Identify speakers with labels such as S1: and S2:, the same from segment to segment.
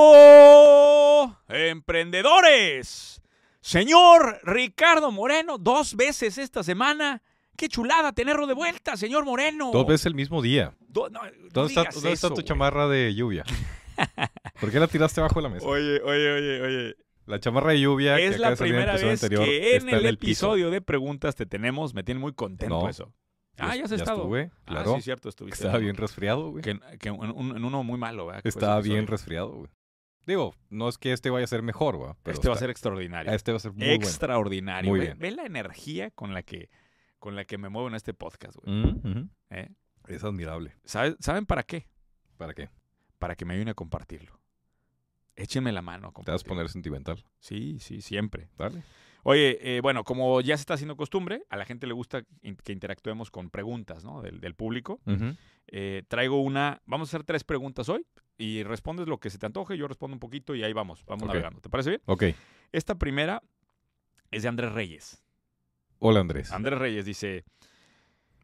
S1: Emprendedor, emprendedores. Señor Ricardo Moreno, dos veces esta semana. Qué chulada tenerlo de vuelta, señor Moreno.
S2: Dos veces el mismo día.
S1: Do- Oh. no, no
S2: ¿Dónde, está,
S1: digas
S2: dónde está
S1: eso,
S2: tu
S1: güey.
S2: chamarra de lluvia? ¿Por qué la tiraste bajo la mesa?
S1: Oye, oye, oye, oye.
S2: La chamarra de lluvia que
S1: Es
S2: acaba
S1: la
S2: de salir en el
S1: primera
S2: episodio
S1: vez
S2: anterior
S1: que en
S2: está
S1: el
S2: piso.
S1: episodio de preguntas te tenemos. Me tiene muy contento
S2: No.
S1: eso. Ah,
S2: Yo-
S1: ya has estado.
S2: estuve,
S1: Ah,
S2: claro.
S1: sí, cierto, estuviste.
S2: estaba bien resfriado, güey.
S1: Que, que en, un- en uno muy malo, ¿verdad? Que pues, fue
S2: Estaba
S1: ese
S2: bien
S1: episodio.
S2: resfriado, güey. Digo, no es que este vaya a ser mejor, güey.
S1: Este
S2: pero
S1: va a
S2: está-
S1: ser extraordinario.
S2: Este va a ser muy
S1: extraordinario.
S2: Muy
S1: Ve-
S2: bien.
S1: Ve, la energía con la que con la que me muevo en este podcast, güey.
S2: bueno. Mm, ujú.
S1: ¿Eh?
S2: Es admirable.
S1: ¿Sabe- ¿Saben para qué?
S2: ¿Para qué?
S1: Para que me ayuden a compartirlo. Échenme la mano. a
S2: Te vas a
S1: compartirlo.
S2: poner sentimental.
S1: Sí, sí, siempre.
S2: Dale.
S1: Oye, eh, bueno, como ya se está haciendo costumbre, a la gente le gusta in- que interactuemos con preguntas ¿no? del, del público.
S2: Ujú.
S1: Eh, traigo una, vamos a hacer tres preguntas hoy y respondes lo que se te antoje, yo respondo un poquito y ahí vamos, vamos
S2: Ok.
S1: navegando. ¿Te parece bien?
S2: Ok.
S1: Esta primera es de Andrés Reyes.
S2: Hola, Andrés.
S1: Andrés Reyes dice,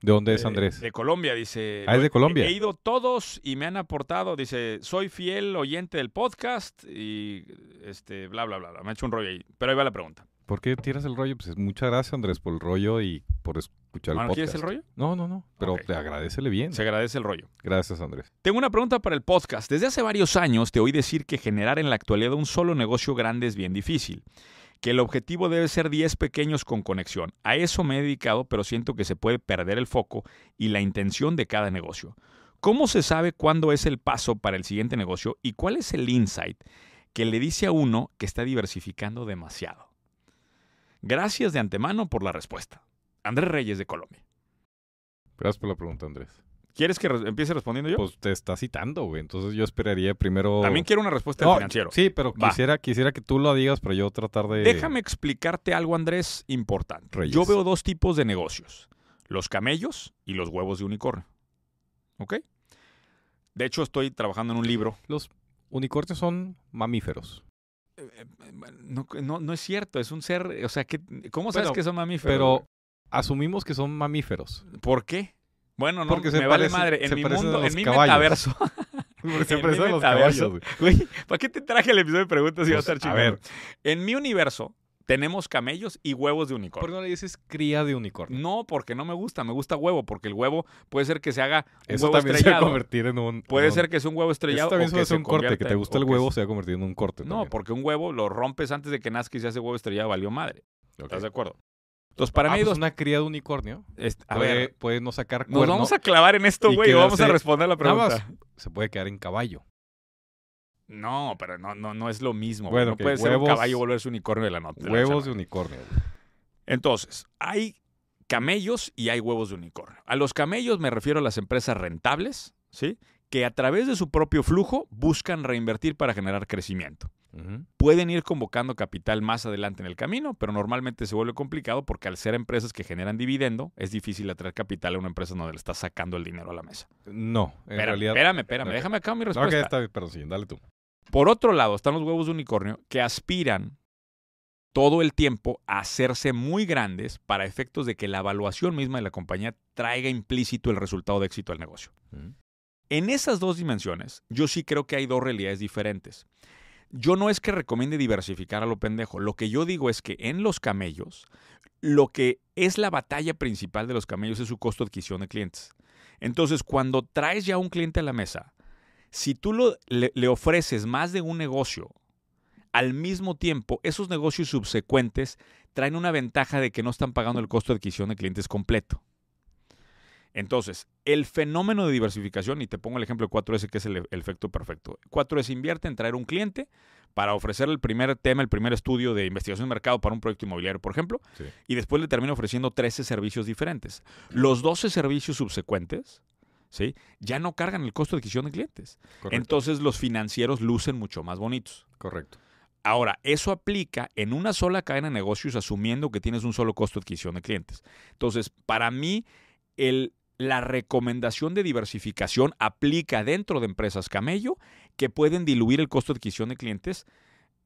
S2: ¿De dónde es
S1: Eh,
S2: Andrés?
S1: De Colombia, dice.
S2: Ah, es de
S1: "He-
S2: Colombia.
S1: He ido todos y me han aportado. Dice, soy fiel oyente del podcast y este, bla, bla, bla. bla. Me ha hecho un rollo ahí. Pero ahí va la pregunta.
S2: ¿Por qué tiras el rollo? Pues muchas gracias, Andrés, por el rollo y por escuchar
S1: Ah,
S2: el
S1: ¿No
S2: podcast.
S1: quieres el rollo?
S2: No, no, no. Pero
S1: Ok.
S2: te agradecele bien.
S1: Se agradece el rollo.
S2: Gracias, Andrés.
S1: Tengo una pregunta para el podcast. Desde hace varios años te oí decir que generar en la actualidad un solo negocio grande es bien difícil. Que el objetivo debe ser 10 pequeños con conexión. A eso me he dedicado, pero siento que se puede perder el foco y la intención de cada negocio. ¿Cómo se sabe cuándo es el paso para el siguiente negocio y cuál es el insight que le dice a uno que está diversificando demasiado? Gracias de antemano por la respuesta. Andrés Reyes de Colombia.
S2: Gracias por la pregunta, Andrés.
S1: ¿Quieres que re- empiece respondiendo yo?
S2: Pues te está citando, güey. Entonces yo esperaría primero.
S1: También quiero una respuesta del
S2: No,
S1: financiero.
S2: Sí, pero
S1: Va.
S2: quisiera, quisiera que tú lo digas para yo tratar de.
S1: Déjame explicarte algo, Andrés, importante.
S2: Reyes.
S1: Yo veo dos tipos de negocios: los camellos y los huevos de unicornio. ¿Ok? De hecho, estoy trabajando en un libro.
S2: Los unicornios son mamíferos.
S1: No, no- no es cierto, es un ser. O sea, que, ¿cómo sabes
S2: Bueno,
S1: que son mamíferos?
S2: Pero asumimos que son mamíferos.
S1: güey? ¿Por qué? Bueno, no,
S2: Porque se
S1: me vale
S2: parecen-
S1: madre. En
S2: se
S1: mi
S2: parecen a
S1: mundo, en
S2: los
S1: mi
S2: caballos.
S1: metaverso.
S2: Porque
S1: En mi metaverso, Güey, ¿para qué te traje el episodio de preguntas y va a
S2: Pues,
S1: estar
S2: a
S1: chingado?
S2: ver.
S1: En mi universo tenemos camellos y huevos de unicornio.
S2: ¿Por qué no le dices cría de unicornio?
S1: No, porque no me gusta, me gusta huevo, porque el huevo puede ser que se haga un
S2: Eso
S1: huevo
S2: también se va a
S1: estrellado.
S2: convertir en un.
S1: puede
S2: en un-
S1: ser que sea un huevo estrellado.
S2: Eso
S1: o
S2: también se
S1: que
S2: hace un corte. Que
S1: convierta
S2: te
S1: en-
S2: gusta
S1: o
S2: el
S1: que
S2: huevo,
S1: se-
S2: se va a convertir en un corte.
S1: No,
S2: también.
S1: porque un huevo lo rompes antes de que nazca y se hace huevo estrellado, valió madre.
S2: Ok.
S1: ¿Estás de acuerdo? Entonces, para
S2: Ah,
S1: mí hay
S2: pues
S1: dos.
S2: una cría de unicornio
S1: est- a
S2: puede,
S1: ver,
S2: puede no sacar
S1: nos
S2: cuerno.
S1: vamos a clavar en esto,
S2: y
S1: güey, y vamos a
S2: quedarse-
S1: responder la
S2: Nada más,
S1: pregunta.
S2: se puede quedar en caballo.
S1: No, pero no, no, no es lo mismo. güey.
S2: Bueno,
S1: no
S2: ok,
S1: puede ser un
S2: huevos-
S1: caballo volverse unicornio de la noche.
S2: Huevos de unicornio. güey.
S1: Entonces, hay camellos y hay huevos de unicornio. A los camellos me refiero a las empresas rentables, ¿sí? Que a través de su propio flujo buscan reinvertir para generar crecimiento.
S2: Ujú.
S1: Pueden ir convocando capital más adelante en el camino, pero normalmente se vuelve complicado porque al ser empresas que generan dividendo, es difícil atraer capital a una empresa donde le estás sacando el dinero a la mesa.
S2: No, en
S1: Espérame,
S2: realidad.
S1: espérame, espérame,
S2: ok.
S1: déjame acabar mi
S2: No,
S1: respuesta.
S2: que está bien, perdón, sí, dale tú.
S1: Por otro lado, están los huevos de unicornio que aspiran todo el tiempo a hacerse muy grandes para efectos de que la evaluación misma de la compañía traiga implícito el resultado de éxito al negocio. En esas dos dimensiones, yo sí creo que hay dos realidades diferentes. Yo no es que recomiende diversificar a lo pendejo, lo que yo digo es que en los camellos, lo que es la batalla principal de los camellos es su costo de adquisición de clientes. Entonces, cuando traes ya un cliente a la mesa, si tú lo- le, le ofreces más de un negocio, al mismo tiempo, esos negocios subsecuentes traen una ventaja de que no están pagando el costo de adquisición de clientes completo. Entonces, el fenómeno de diversificación, y te pongo el ejemplo de 4S, que es el, el efecto perfecto. 4S invierte en traer un cliente para ofrecer el primer tema, el primer estudio de investigación de mercado para un proyecto inmobiliario, por ejemplo,
S2: Sí.
S1: y después le termina ofreciendo 13 servicios diferentes. Los 12 servicios subsecuentes ¿sí? ya no cargan el costo de adquisición de clientes.
S2: Correcto.
S1: Entonces los financieros lucen mucho más bonitos.
S2: correcto.
S1: Ahora, eso aplica en una sola cadena de negocios asumiendo que tienes un solo costo de adquisición de clientes. Entonces, para mí, el- la recomendación de diversificación aplica dentro de empresas camello que pueden diluir el costo de adquisición de clientes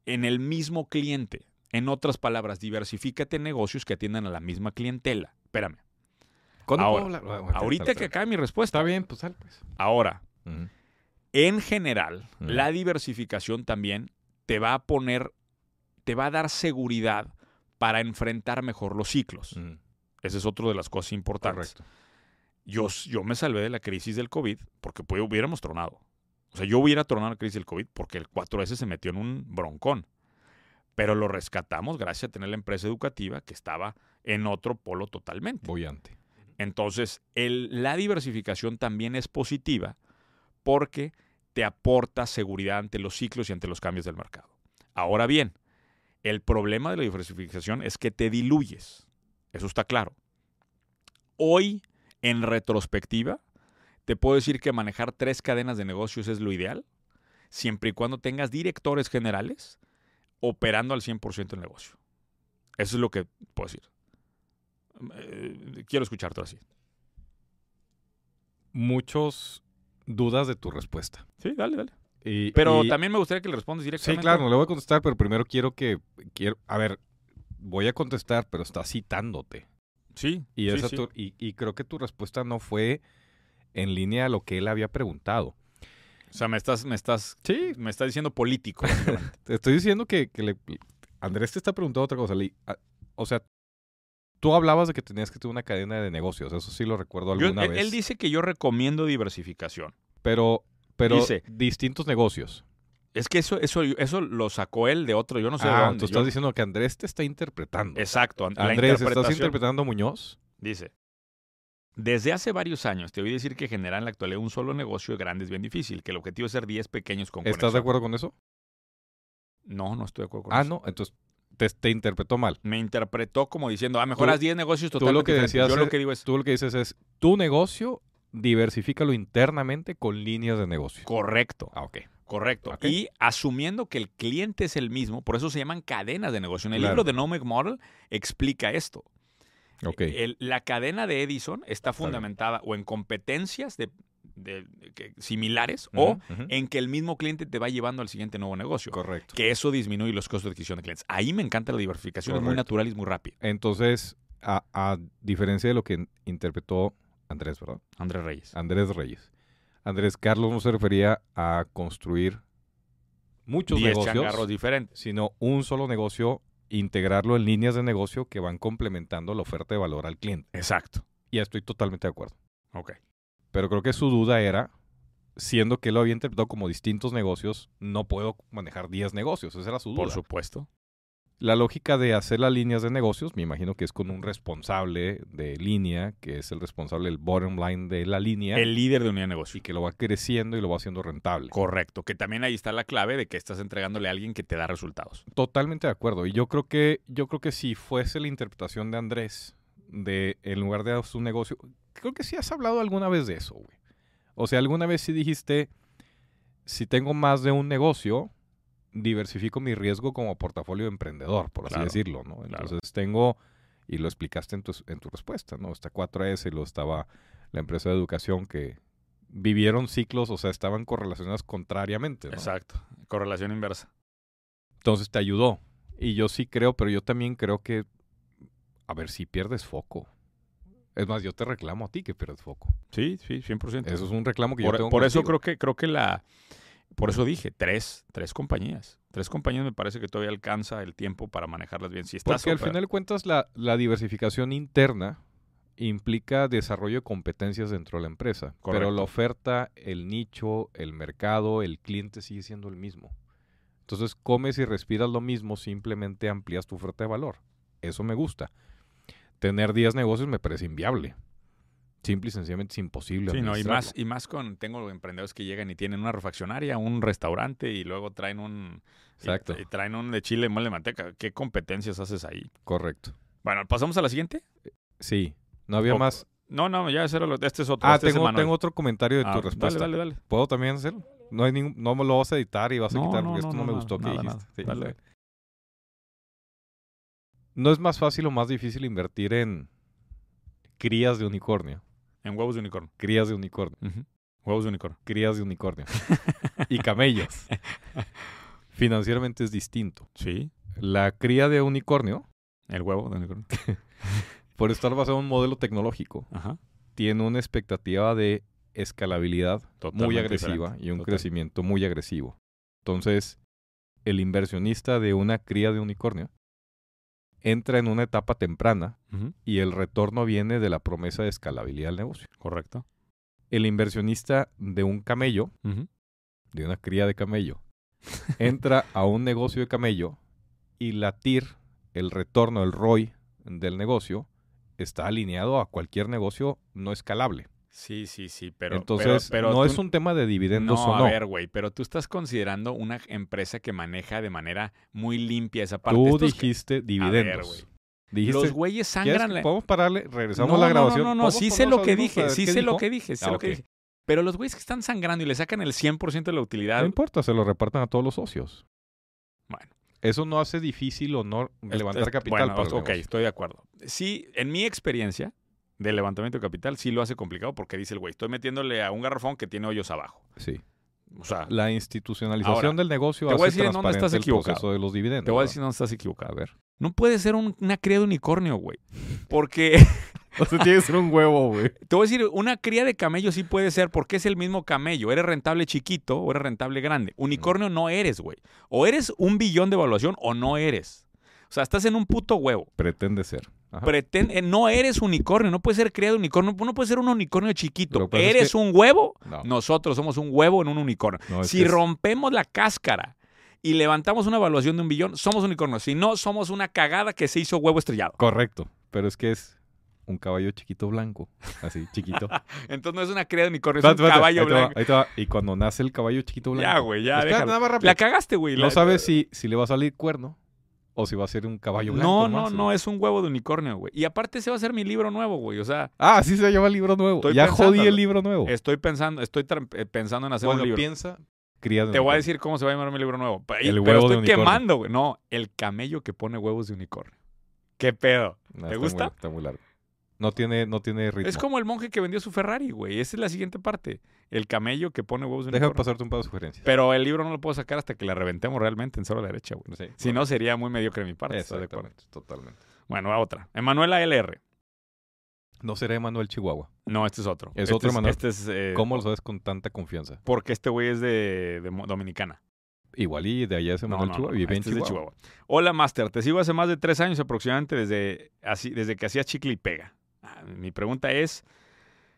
S1: en el mismo cliente. En otras palabras, diversifícate en negocios que atiendan a la misma clientela. Espérame,
S2: ¿Cuándo
S1: Ahora,
S2: puedo hablar? Ah, ok,
S1: ahorita
S2: dale,
S1: que
S2: dale.
S1: acabe mi respuesta.
S2: Está bien, pues dale, pues.
S1: Ahora, En general,
S2: Mm.
S1: la diversificación también te va a poner, te va a dar seguridad para enfrentar mejor los ciclos.
S2: Mm,
S1: Esa es otra de las cosas importantes.
S2: correcto.
S1: Yo, yo me salvé de la crisis del COVID porque pues, hubiéramos tronado. O sea, yo hubiera tronado la crisis del COVID porque el 4S se metió en un broncón. Pero lo rescatamos gracias a tener la empresa educativa que estaba en otro polo totalmente.
S2: Boyante.
S1: Entonces, el- la diversificación también es positiva porque te aporta seguridad ante los ciclos y ante los cambios del mercado. Ahora bien, el problema de la diversificación es que te diluyes. Eso está claro. Hoy, en retrospectiva, te puedo decir que manejar tres cadenas de negocios es lo ideal, siempre y cuando tengas directores generales operando al 100% el negocio. Eso es lo que puedo decir. Eh, quiero escucharte así.
S2: Muchos dudas de tu respuesta.
S1: Sí, dale, dale.
S2: Y-
S1: Pero
S2: y-
S1: también me gustaría que le respondas
S2: Sí,
S1: directamente.
S2: claro, no le voy a contestar, pero primero quiero que. Quiero, a ver, voy a contestar, pero está citándote.
S1: Sí.
S2: Y,
S1: sí,
S2: esa
S1: sí.
S2: tu- y, y creo que tu respuesta no fue en línea a lo que él había preguntado.
S1: O sea, me estás, me estás,
S2: Sí,
S1: me estás diciendo político.
S2: te estoy diciendo que, que le- Andrés te está preguntando otra cosa. le- a- o sea, tú hablabas de que tenías que tener una cadena de negocios. Eso sí lo recuerdo
S1: Yo-
S2: alguna
S1: él,
S2: vez.
S1: él dice que yo recomiendo diversificación.
S2: pero pero
S1: dice-
S2: distintos negocios.
S1: Es que eso, eso, eso lo sacó él de otro. Yo no sé de
S2: Ah,
S1: dónde. yo-
S2: tú estás diciendo que Andrés te está interpretando.
S1: Exacto. an- la
S2: Andrés, ¿estás
S1: interpretación-
S2: interpretando a Muñoz?
S1: Dice. Desde hace varios años te oí decir que generar en la actualidad un solo negocio grande es bien difícil, que el objetivo es ser 10 pequeños con
S2: ¿Estás de
S1: conexión.
S2: acuerdo con eso?
S1: No, no estoy de acuerdo con
S2: Ah,
S1: eso.
S2: no, entonces te, te interpretó mal.
S1: Me interpretó como diciendo, ah,
S2: Tú-
S1: mejoras 10 negocios totalmente
S2: que
S1: diferentes.
S2: decías
S1: Yo lo
S2: es-
S1: que digo es,
S2: Tú lo que dices es, tu negocio, diversifícalo internamente con líneas de negocio.
S1: correcto.
S2: Ah, ok.
S1: Correcto.
S2: Ok.
S1: Y asumiendo que el cliente es el mismo, por eso se llaman cadenas de negocio. En el
S2: Claro.
S1: libro de Nomic Model explica esto. E,
S2: Ok.
S1: El- la cadena de Edison está
S2: bien.
S1: fundamentada o en competencias de, de- de que- similares o
S2: Ujú, ujú.
S1: en que el mismo cliente te va llevando al siguiente nuevo negocio.
S2: Correcto.
S1: Que eso disminuye los costos de adquisición de clientes. Ahí me encanta la diversificación, es muy
S2: Correcto.
S1: natural y es muy rápida.
S2: Entonces, a, a diferencia de lo que interpretó Andrés, ¿verdad?
S1: Andrés Reyes.
S2: Andrés Reyes. Andrés Carlos no se refería a construir muchos
S1: 10 changarros
S2: negocios,
S1: diferentes.
S2: sino un solo negocio, integrarlo en líneas de negocio que van complementando la oferta de valor al cliente.
S1: Exacto.
S2: Ya estoy totalmente de acuerdo.
S1: Ok.
S2: Pero creo que su duda era, siendo que él lo había interpretado como distintos negocios, no puedo manejar 10 negocios. Esa era su duda.
S1: Por supuesto.
S2: La lógica de hacer las líneas de negocios, me imagino que es con un responsable de línea, que es el responsable del bottom line de la línea,
S1: El líder de unidad de
S2: y
S1: negocio.
S2: que lo va creciendo y lo va haciendo rentable.
S1: Correcto. Que también ahí está la clave de que estás entregándole a alguien que te da resultados.
S2: Totalmente de acuerdo. Y yo creo que, yo creo que si fuese la interpretación de Andrés, de en lugar de su negocio, creo que sí has hablado alguna vez de eso, güey. O sea, alguna vez sí dijiste, si tengo más de un negocio, diversifico mi riesgo como portafolio de emprendedor, por así
S1: Claro,
S2: decirlo, ¿no?
S1: claro.
S2: Entonces tengo, y lo explicaste en tu, en tu respuesta, ¿no? Está 4S, lo estaba la empresa de educación que vivieron ciclos, o sea, estaban correlacionadas contrariamente, ¿no?
S1: Exacto. Correlación inversa.
S2: Entonces te ayudó. Y yo sí creo, pero yo también creo que, a ver, si pierdes foco. Es más, yo te reclamo a ti que pierdes foco.
S1: Sí, sí, 100%.
S2: Eso es un reclamo que yo
S1: por
S2: tengo.
S1: por eso
S2: contigo.
S1: creo que, creo que la... Por eso dije, tres, tres compañías. Tres compañías me parece que todavía alcanza el tiempo para manejarlas bien. Si estás
S2: Porque al
S1: oper-
S2: final de cuentas la, la diversificación interna implica desarrollo de competencias dentro de la empresa. Pero la
S1: Correcto.
S2: oferta, el nicho, el mercado, el cliente sigue siendo el mismo. Entonces comes y respiras lo mismo, simplemente amplías tu oferta de valor. Eso me gusta. Tener 10 negocios me parece inviable. Simple y sencillamente es imposible.
S1: Sí, no, y más,
S2: administrarlo.
S1: y más con, tengo emprendedores que llegan y tienen una refaccionaria, un restaurante y luego traen un... y- eh,
S2: Exacto,
S1: Y, traen un de chile, mole, de manteca. ¿Qué competencias haces ahí?
S2: correcto.
S1: Bueno, ¿pasamos a la siguiente?
S2: Sí, no había
S1: O-
S2: más.
S1: No, no, ya ese era lo- este es otro.
S2: Ah,
S1: este es
S2: tengo,
S1: Emanuel.
S2: tengo otro comentario de
S1: Ah,
S2: tu respuesta.
S1: Dale, dale, dale.
S2: ¿Puedo también hacerlo? No, hay ningún, no me lo vas a editar y vas a
S1: No,
S2: quitar
S1: no,
S2: porque
S1: no,
S2: esto no,
S1: no,
S2: me
S1: nada,
S2: gustó que
S1: nada,
S2: dijiste.
S1: nada. Dale, dale.
S2: No es más fácil o más difícil invertir en crías de unicornio.
S1: En huevos de unicornio.
S2: Crías de unicornio.
S1: Ujú. Huevos de unicornio.
S2: Crías de unicornio. y camellos. Financieramente es distinto.
S1: Sí,
S2: La cría de unicornio,
S1: el huevo de unicornio.
S2: por estar basado en un modelo tecnológico,
S1: Ajá.
S2: tiene una expectativa de escalabilidad muy
S1: Totalmente
S2: agresiva
S1: diferente,
S2: y un
S1: total.
S2: crecimiento muy agresivo. Entonces, el inversionista de una cría de unicornio entra en una etapa temprana
S1: Ujú,
S2: y el retorno viene de la promesa de escalabilidad del negocio.
S1: Correcto.
S2: El inversionista de un camello,
S1: Ujú.
S2: de una cría de camello, entra a un negocio de camello y la TIR, el retorno, el ROI del negocio, está alineado a cualquier negocio no escalable.
S1: Sí, sí, sí, pero
S2: Entonces,
S1: pero- pero
S2: no
S1: tú-
S2: es un tema de dividendos
S1: No,
S2: o
S1: a
S2: no.
S1: ver, güey, pero tú estás considerando una empresa que maneja de manera muy limpia esa parte.
S2: Tú
S1: Estos que-
S2: dijiste
S1: A ver,
S2: dividendos.
S1: güey.
S2: dijiste,
S1: los güeyes
S2: ¿quieres
S1: sangran
S2: que
S1: la-
S2: podemos pararle, regresamos
S1: No,
S2: a la
S1: no,
S2: grabación. Pues
S1: No, no, no,
S2: ¿Podemos
S1: sí sé
S2: ponernos
S1: lo
S2: a
S1: que
S2: vernos a
S1: dije,
S2: ver
S1: sí
S2: qué
S1: sé lo
S2: dijo?
S1: que dije, sé
S2: Ah,
S1: lo que
S2: ok.
S1: dije. Pero los güeyes que están sangrando y le sacan el 100% de la
S2: No
S1: utilidad,
S2: importa, se lo repartan a todos los socios.
S1: Bueno.
S2: Eso no hace difícil o no
S1: Es-
S2: levantar
S1: es-
S2: capital
S1: Este, Bueno,
S2: para
S1: ok,
S2: el negocio.
S1: estoy de acuerdo. Sí, en mi experiencia de levantamiento de capital, sí lo hace complicado porque dice el güey, estoy metiéndole a un garrafón que tiene hoyos abajo.
S2: Sí.
S1: O sea,
S2: La institucionalización
S1: Ahora,
S2: del negocio
S1: te voy a
S2: hace
S1: decir en dónde
S2: transparente
S1: estás
S2: el proceso
S1: equivocado.
S2: de los dividendos.
S1: te voy a
S2: ¿verdad?
S1: decir, no estás
S2: A
S1: equivocado.
S2: ver.
S1: No puede ser un- una cría de unicornio, güey. Porque
S2: O sea, tiene que ser un huevo, güey.
S1: te voy a decir, una cría de camello sí puede ser porque es el mismo camello. Eres rentable chiquito o eres rentable grande. Unicornio no eres, güey. O eres un billón de evaluación o no eres. O sea, estás en un puto huevo.
S2: Pretende ser. Ajá.
S1: Preten- eh, no eres unicornio, no puedes ser criado unicornio, no puedes ser un unicornio
S2: Lo
S1: chiquito.
S2: que pasa es
S1: ¿Eres
S2: que-
S1: un huevo?
S2: No,
S1: Nosotros somos un huevo en un unicornio.
S2: no, es
S1: si
S2: que es-
S1: rompemos la cáscara y levantamos una evaluación de un billón, somos unicornios. Si no, somos una cagada que se hizo huevo estrellado.
S2: Correcto. Pero es que es un caballo chiquito blanco. Así, chiquito.
S1: Entonces no es una cría de unicornio, es
S2: Ah. Espérate,
S1: un
S2: espérate,
S1: caballo
S2: ahí te va,
S1: blanco.
S2: ahí te va. Y cuando nace el caballo chiquito blanco.
S1: Ya, güey, ya,
S2: Espérate,
S1: déjalo.
S2: nada más rápido.
S1: La cagaste, güey.
S2: No
S1: la-
S2: sabes si, si le va a salir cuerno o si va a ser un caballo blanco.
S1: No, no, no, es un huevo de unicornio, güey. Y aparte ese va a ser mi libro nuevo, güey. O sea,
S2: Ah, sí se llama el libro nuevo.
S1: Estoy
S2: ya jodí
S1: pensándolo.
S2: el libro nuevo.
S1: estoy pensando, estoy tra- eh, pensando en hacer
S2: Cuando
S1: un libro.
S2: piensa, cría de
S1: Te voy a
S2: unicornio.
S1: decir cómo se va a llamar mi libro nuevo. Pa-
S2: El
S1: pero
S2: huevo de
S1: estoy
S2: unicornio.
S1: quemando, güey. No, el camello que pone huevos de unicornio. ¿Qué pedo?
S2: No,
S1: ¿Te
S2: está
S1: gusta?
S2: muy- está muy largo. No tiene, no tiene ritmo.
S1: Es como el monje que vendió su Ferrari, güey. Esa es la siguiente parte. El camello que pone huevos de
S2: Déjame
S1: unicornio.
S2: pasarte un par de sugerencias.
S1: Pero el libro no lo puedo sacar hasta que la reventemos realmente en cero a la derecha, güey.
S2: Sí,
S1: Si no, sería muy mediocre de mi parte. ¿estás de acuerdo?
S2: Exactamente, totalmente.
S1: Bueno, a otra. Emanuela LR.
S2: No será Emanuel Chihuahua.
S1: No, este es otro.
S2: Es
S1: Este
S2: otro Emanuel.
S1: Este es. eh,
S2: ¿Cómo lo sabes con tanta confianza?
S1: Porque este güey es de, de Mo- Dominicana.
S2: Igual y de allá es
S1: No,
S2: Emanuel
S1: no,
S2: Chihuahua.
S1: no,
S2: vive en
S1: este es de
S2: Chihuahua.
S1: Chihuahua. Hola, Master. Te sigo hace más de tres años aproximadamente desde, así, desde que hacía chicle y pega. Ah, Mi pregunta es,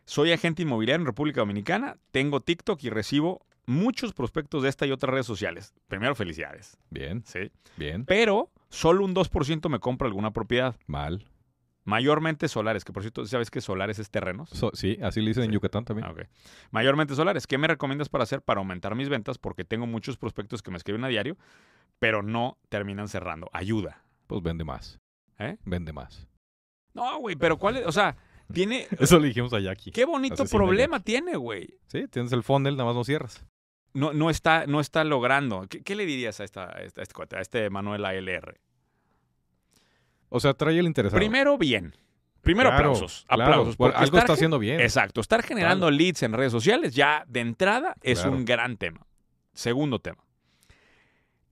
S1: soy agente inmobiliario en República Dominicana, tengo TikTok y recibo muchos prospectos de esta y otras redes sociales. Primero, felicidades.
S2: Bien,
S1: ¿sí?
S2: bien,
S1: Pero solo un 2% me compra alguna propiedad.
S2: mal.
S1: Mayormente solares, que por cierto, ¿sabes que solares es terrenos?
S2: So- sí, así le dicen en
S1: Sí.
S2: Yucatán también.
S1: Ah, ok. Mayormente solares. ¿Qué me recomiendas para hacer para aumentar mis ventas? Porque tengo muchos prospectos que me escriben a diario, pero no terminan cerrando. Ayuda.
S2: Pues vende más.
S1: ¿Eh?
S2: Vende más.
S1: No, güey, pero ¿cuál es? O sea, tiene.
S2: Eso le dijimos a Jackie.
S1: Qué bonito
S2: Asesina
S1: problema tiene, güey.
S2: Sí, tienes el funnel, nada más no cierras.
S1: No, no, está, no está logrando. ¿Qué, qué le dirías a, esta, a este, a este cuate, a este Manuel ALR?
S2: O sea, trae el interesado.
S1: Primero, bien. Primero,
S2: Claro,
S1: aplausos.
S2: claro,
S1: Aplausos.
S2: por-
S1: porque
S2: algo
S1: estar
S2: está
S1: gen-
S2: haciendo bien.
S1: Exacto. Estar generando leads en redes sociales ya de entrada es
S2: Claro.
S1: un gran tema. Segundo tema.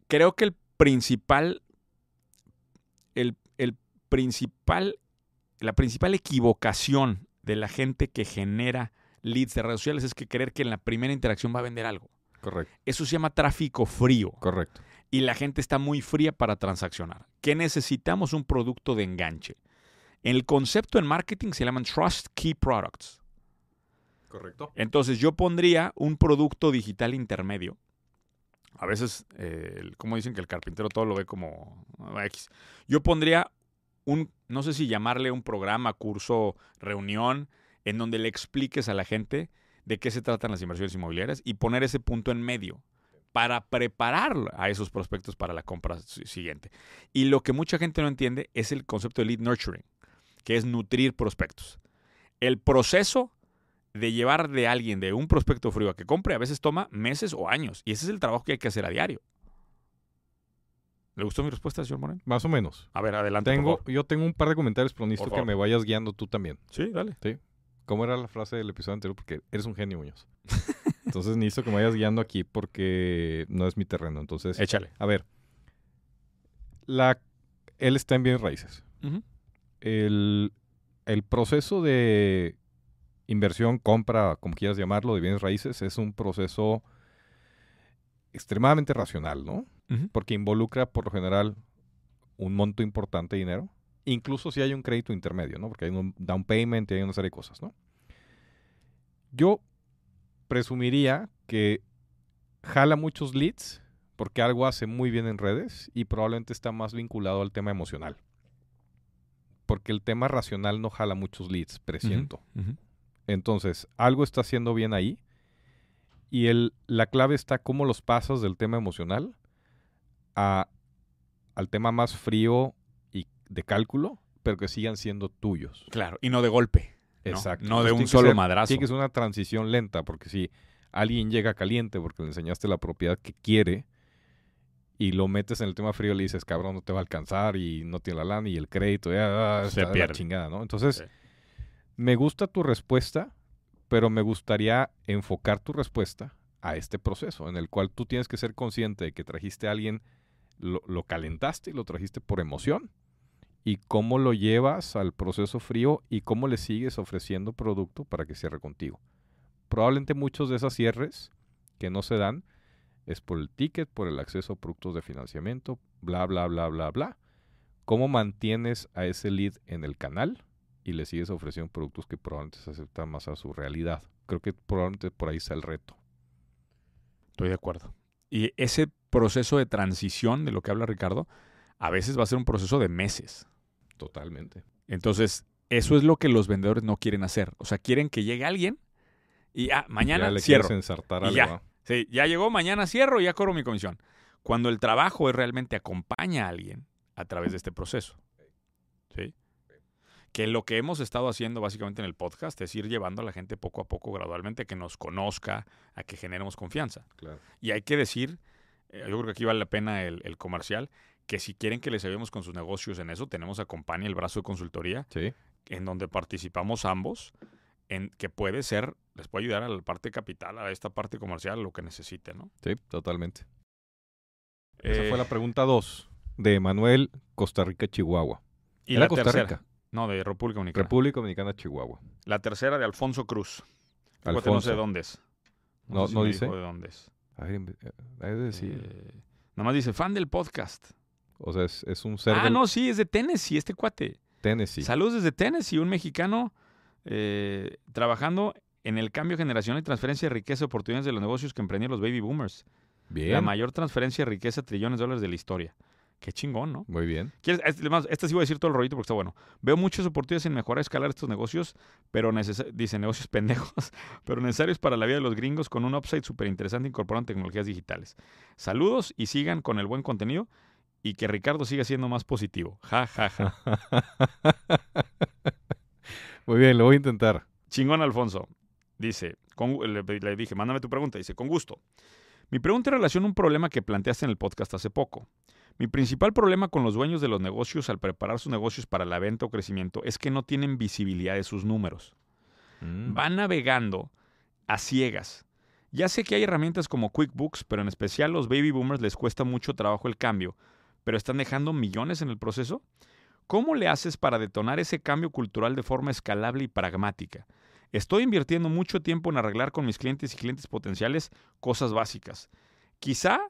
S1: Creo que el principal. El, el principal. La principal equivocación de la gente que genera leads de redes sociales es que creer que en la primera interacción va a vender algo.
S2: Correcto,
S1: Eso se llama tráfico frío
S2: correcto.
S1: y la gente está muy fría para transaccionar. Que necesitamos un producto de enganche. El concepto en marketing se llaman Trust Key Products.
S2: Correcto.
S1: Entonces yo pondría un producto digital intermedio. A veces, eh, el- como dicen que el carpintero todo lo ve como ah, X. Yo pondría un, no sé si llamarle un programa, curso, reunión, en donde le expliques a la gente de qué se tratan las inversiones inmobiliarias y poner ese punto en medio para preparar a esos prospectos para la compra si- siguiente. Y lo que mucha gente no entiende es el concepto de lead nurturing, que es nutrir prospectos. El proceso de llevar de alguien, de un prospecto frío a que compre, a veces toma meses o años. Y ese es el trabajo que hay que hacer a diario. ¿Le gustó mi respuesta, señor Moreno?
S2: Más o menos.
S1: A ver, adelante. por
S2: Tengo,
S1: favor.
S2: yo tengo un par de comentarios, pero necesito
S1: Por
S2: que
S1: favor.
S2: me vayas guiando tú también.
S1: Sí, dale.
S2: ¿Cómo era la frase del episodio anterior? Porque eres un genio, Muñoz. Entonces necesito que me vayas guiando aquí porque no es mi terreno. Entonces,
S1: Échale.
S2: a ver. La, él está en bien raíces.
S1: Ujú.
S2: El, el proceso de inversión, compra, como quieras llamarlo, de bienes raíces, es un proceso extremadamente racional, ¿no?
S1: Ujú.
S2: Porque involucra por lo general un monto importante de dinero, incluso si hay un crédito intermedio, ¿no? Porque hay un down payment y hay una serie de cosas, ¿no? Yo presumiría que jala muchos leads porque algo hace muy bien en redes y probablemente está más vinculado al tema emocional. Porque el tema racional no jala muchos leads, presiento.
S1: Ujú.
S2: Entonces, algo está haciendo bien ahí. Y el, la clave está cómo los pasas del tema emocional a, al tema más frío y de cálculo, pero que sigan siendo tuyos.
S1: Claro, y no de golpe. ¿no? No de
S2: Entonces,
S1: un
S2: tiene que
S1: solo
S2: ser-
S1: madrazo.
S2: Tiene que ser una transición lenta, porque si alguien llega caliente porque le enseñaste la propiedad que quiere y lo metes en el tema frío, le dices, cabrón, no te va a alcanzar y no tiene la lana y el crédito, ya,
S1: Se
S2: está de la
S1: pierde.
S2: chingada, ¿no? Entonces,
S1: Sí.
S2: me gusta tu respuesta, pero me gustaría enfocar tu respuesta a este proceso en el cual tú tienes que ser consciente de que trajiste a alguien, lo, lo calentaste y lo trajiste por emoción y cómo lo llevas al proceso frío y cómo le sigues ofreciendo producto para que cierre contigo. Probablemente muchos de esos cierres que no se dan es por el ticket, por el acceso a productos de financiamiento, bla, bla, bla, bla, bla. ¿Cómo mantienes a ese lead en el canal y le sigues ofreciendo productos que probablemente se aceptan más a su realidad? Creo que probablemente por ahí está el reto.
S1: Estoy de acuerdo. Y ese proceso de transición de lo que habla Ricardo, a veces va a ser un proceso de meses.
S2: Totalmente.
S1: Entonces, eso es lo que los vendedores no quieren hacer. O sea, quieren que llegue alguien y ah,
S2: ya
S1: mañana
S2: le
S1: cierro.
S2: quieres ensartar
S1: Y
S2: algo.
S1: ya.
S2: ¿ah?
S1: Sí, ya llegó, mañana cierro y ya cobro mi comisión. Cuando el trabajo es realmente acompaña a alguien a través de este proceso. ¿Sí? Que lo que hemos estado haciendo básicamente en el podcast es ir llevando a la gente poco a poco, gradualmente, a que nos conozca, a que generemos confianza.
S2: Claro.
S1: Y hay que decir, eh, yo creo que aquí vale la pena el, el comercial, que si quieren que les ayudemos con sus negocios en eso, tenemos a Company, el brazo de consultoría,
S2: Sí.
S1: en donde participamos ambos, en que puede ser, les puede ayudar a la parte capital, a esta parte comercial, lo que necesiten, ¿no?
S2: Sí, totalmente.
S1: Eh,
S2: Esa fue la pregunta 2 de Manuel Costa Rica, Chihuahua.
S1: Eh, y
S2: Era
S1: la
S2: Costa
S1: tercera.
S2: Rica,
S1: No, de República Dominicana.
S2: República Dominicana, Chihuahua.
S1: la tercera de Alfonso Cruz. Fíjate,
S2: Alfonso.
S1: No sé dónde es.
S2: No-
S1: sé
S2: no
S1: me
S2: dice.
S1: dijo de dónde es.
S2: A ver, inve- eh, hay de decir.
S1: Eh, nada más dice, fan del podcast.
S2: o sea, es, es un ser
S1: ah,
S2: del
S1: no, sí, es de Tennessee, este cuate.
S2: Tennessee.
S1: Saludos desde Tennessee, un mexicano eh, trabajando en el cambio generacional y transferencia de riqueza y oportunidades de los negocios que emprendieron los baby boomers.
S2: Bien.
S1: La mayor transferencia de riqueza, trillones de dólares de la historia. Qué chingón, ¿no?
S2: Muy bien.
S1: ¿Quieres- es- además, Esta sí voy a decir todo el rollito porque está bueno. Veo muchas oportunidades en mejorar, escalar estos negocios, pero necesa- dice negocios pendejos, pero necesarios para la vida de los gringos con un upside súper interesante incorporando tecnologías digitales. Saludos y sigan con el buen contenido y que Ricardo siga siendo más positivo. Ja, ja, ja.
S2: Muy bien, lo voy a intentar.
S1: Chingón Alfonso. Dice, con- le, le dije, mándame tu pregunta. Dice, con gusto. Mi pregunta en relación a un problema que planteaste en el podcast hace poco. Mi principal problema con los dueños de los negocios al preparar sus negocios para la venta o crecimiento es que no tienen visibilidad de sus números.
S2: Mm.
S1: Van navegando a ciegas. Ya sé que hay herramientas como QuickBooks, pero en especial los baby boomers les cuesta mucho trabajo el cambio, pero están dejando millones en el proceso. ¿Cómo le haces para detonar ese cambio cultural de forma escalable y pragmática? Estoy invirtiendo mucho tiempo en arreglar con mis clientes y clientes potenciales cosas básicas. Quizá,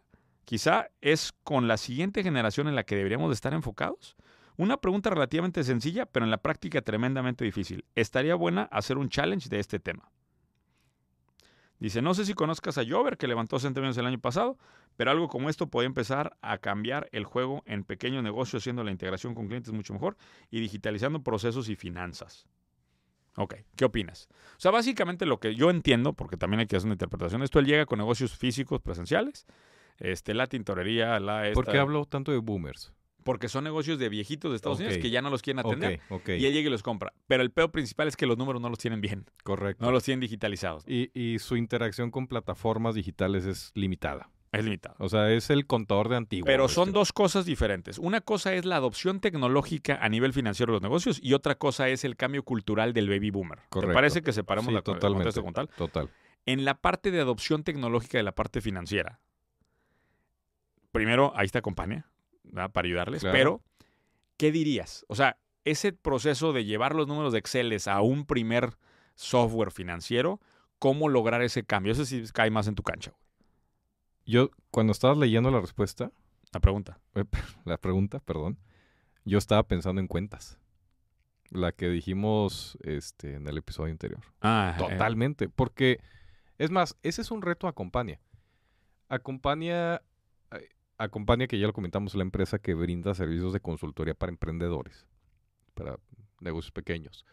S1: quizá es con la siguiente generación en la que deberíamos de estar enfocados. Una pregunta relativamente sencilla, pero en la práctica tremendamente difícil. Estaría buena hacer un challenge de este tema. Dice, no sé si conozcas a Jover, que levantó 60 millones el año pasado, pero algo como esto podría empezar a cambiar el juego en pequeños negocios, haciendo la integración con clientes mucho mejor y digitalizando procesos y finanzas. Ok, ¿qué opinas? O sea, básicamente lo que yo entiendo, porque también hay que hacer una interpretación, esto él llega con negocios físicos presenciales, este, la tintorería, la... Esta,
S2: ¿Por qué hablo tanto de boomers?
S1: Porque son negocios de viejitos de Estados Unidos
S2: Ok.
S1: que ya no los quieren atender.
S2: Ok, ok,
S1: Y él llega y los compra. Pero el peor principal es que los números no los tienen bien,
S2: correcto.
S1: no los tienen digitalizados.
S2: Y, y su interacción con plataformas digitales es limitada.
S1: Es limitado.
S2: O sea, es el contador de antiguo.
S1: Pero
S2: este.
S1: son dos cosas diferentes. Una cosa es la adopción tecnológica a nivel financiero de los negocios y otra cosa es el cambio cultural del baby boomer. ¿Te
S2: Correcto.
S1: parece que separamos
S2: Sí,
S1: la la
S2: totalmente.
S1: contexto con tal?
S2: Total.
S1: En la parte de adopción tecnológica de la parte financiera, primero, ahí te acompaña ¿verdad? para ayudarles,
S2: Claro.
S1: pero ¿qué dirías? O sea, ese proceso de llevar los números de Excel a un primer software financiero, cómo lograr ese cambio. Eso sí cae más en tu cancha. güey.
S2: Yo, cuando estabas leyendo la respuesta,
S1: La pregunta.
S2: la pregunta, perdón, yo estaba pensando en cuentas. La que dijimos este, en el episodio anterior.
S1: Ah, eh,
S2: Totalmente. Porque, es más, ese es un reto a Acompaña. Acompaña, eh, Acompaña, que ya lo comentamos, la empresa que brinda servicios de consultoría para emprendedores, para negocios pequeños.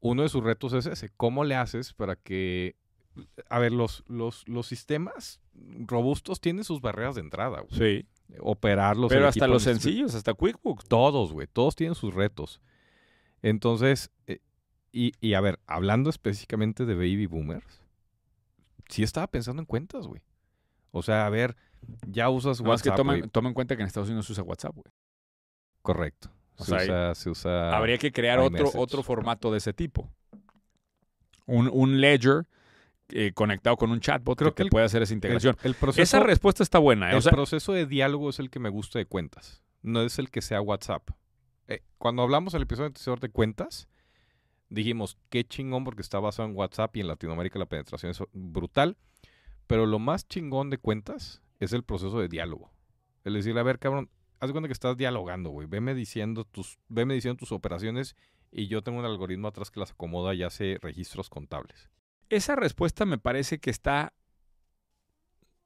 S2: Uno de sus retos es ese. ¿Cómo le haces para que... A ver, los, los, los sistemas robustos tienen sus barreras de entrada. güey.
S1: eh, sí.
S2: Operarlos. el
S1: Pero hasta
S2: equipo
S1: los
S2: neces-
S1: sencillos, hasta QuickBooks.
S2: todos, güey. Todos tienen sus retos. Entonces, eh, y, y a ver, hablando específicamente de baby boomers, sí estaba pensando en cuentas, güey. O sea, a ver, ya usas
S1: Más que
S2: WhatsApp,
S1: tomen,
S2: güey.
S1: tomen en cuenta que en Estados Unidos se usa WhatsApp. güey.
S2: Correcto.
S1: O
S2: se,
S1: sea,
S2: usa, se usa...
S1: Habría que crear otro,
S2: iMessage.
S1: otro formato de ese tipo. Un, un ledger eh, conectado con un chatbot
S2: Creo
S1: que,
S2: que
S1: te
S2: el-
S1: puede hacer esa
S2: El-
S1: integración.
S2: El, proceso,
S1: Esa respuesta está buena. eh.
S2: el
S1: O sea,
S2: proceso de diálogo es el que me gusta de cuentas. No es el que sea WhatsApp. Eh, cuando hablamos el episodio anterior de cuentas, dijimos, qué chingón porque está basado en WhatsApp y en Latinoamérica la penetración es brutal. Pero lo más chingón de cuentas es el proceso de diálogo. Es decir, a ver, cabrón, haz de cuenta que estás dialogando, güey. Veme diciendo tus, veme diciendo tus operaciones y yo tengo un algoritmo atrás que las acomoda y hace registros contables.
S1: esa respuesta me parece que está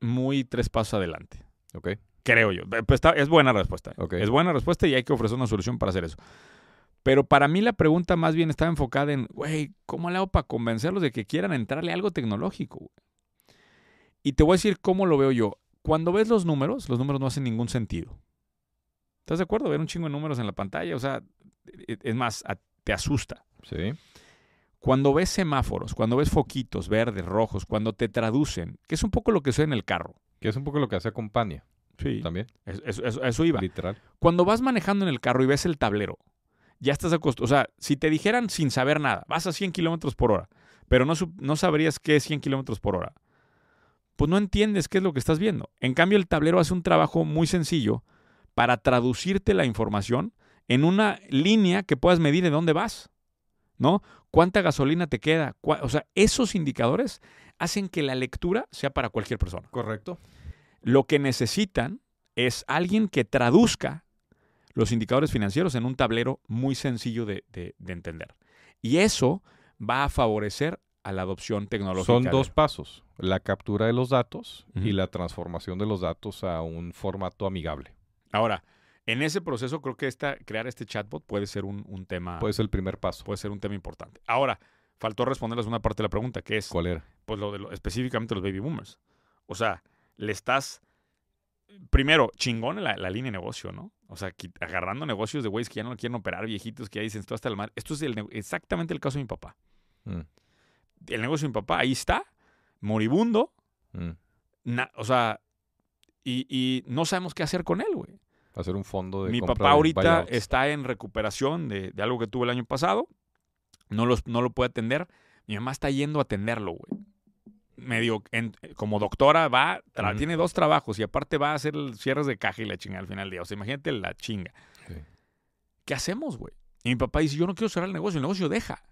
S1: muy tres pasos adelante.
S2: ¿Ok?
S1: Creo yo. Pe- pues está- es buena respuesta. ¿eh?
S2: Ok.
S1: Es buena respuesta y hay que ofrecer una solución para hacer eso. Pero para mí la pregunta más bien estaba enfocada en, güey, ¿cómo le hago para convencerlos de que quieran entrarle a algo tecnológico? güey?" Y te voy a decir cómo lo veo yo. Cuando ves los números, los números no hacen ningún sentido. ¿Estás de acuerdo? Ver un chingo de números en la pantalla, o sea, e- es más, a- te asusta.
S2: Sí.
S1: Cuando ves semáforos, cuando ves foquitos verdes, rojos, cuando te traducen, que es un poco lo que suena en el carro.
S2: Que es un poco lo que hace Acompaña
S1: Sí.
S2: también,
S1: eso iba.
S2: literal.
S1: Cuando vas manejando en el carro y ves el tablero, ya estás acostumbrado. O sea, si te dijeran sin saber nada, vas a 100 kilómetros por hora, pero no, sup- no sabrías qué es 100 kilómetros por hora, pues no entiendes qué es lo que estás viendo. En cambio, el tablero hace un trabajo muy sencillo para traducirte la información en una línea que puedas medir de dónde vas, ¿no? ¿Cuánta gasolina te queda? Cua- O sea, esos indicadores hacen que la lectura sea para cualquier persona.
S2: Correcto.
S1: Lo que necesitan es alguien que traduzca los indicadores financieros en un tablero muy sencillo de, de- de entender. Y eso va a favorecer a la adopción tecnológica.
S2: Son
S1: de-
S2: dos pasos, la captura de los datos y
S1: Ujú.
S2: la transformación de los datos a un formato amigable.
S1: Ahora, en ese proceso creo que esta, crear este chatbot puede ser un, un tema
S2: Pues el primer paso.
S1: puede ser un tema importante. Ahora, faltó responderles una parte de la pregunta, que es
S2: ¿Cuál era?
S1: pues, lo de lo- específicamente los baby boomers. O sea, le estás, primero, chingón la, la línea de negocio, ¿no? O sea, qui- agarrando negocios de güeyes que ya no lo quieren operar, viejitos que ya dicen, esto hasta el mar. Esto es el ne- exactamente el caso de mi papá.
S2: Mm,
S1: El negocio de mi papá, ahí está, moribundo,
S2: mm.
S1: na- o sea, y, y no sabemos qué hacer con él, güey.
S2: Hacer un fondo de
S1: Mi
S2: compra
S1: papá
S2: de
S1: ahorita
S2: buyouts.
S1: está en recuperación de, de algo que tuvo el año pasado. No, los, no lo puede atender. Mi mamá está yendo a atenderlo, güey. Medio, en- como doctora, va, tra-
S2: Ujú.
S1: tiene dos trabajos y aparte va a hacer el- cierres de caja y la chinga al final del día. O sea, imagínate la chinga.
S2: Sí.
S1: ¿Qué hacemos, güey? Y mi papá dice, yo no quiero cerrar el negocio, el negocio deja.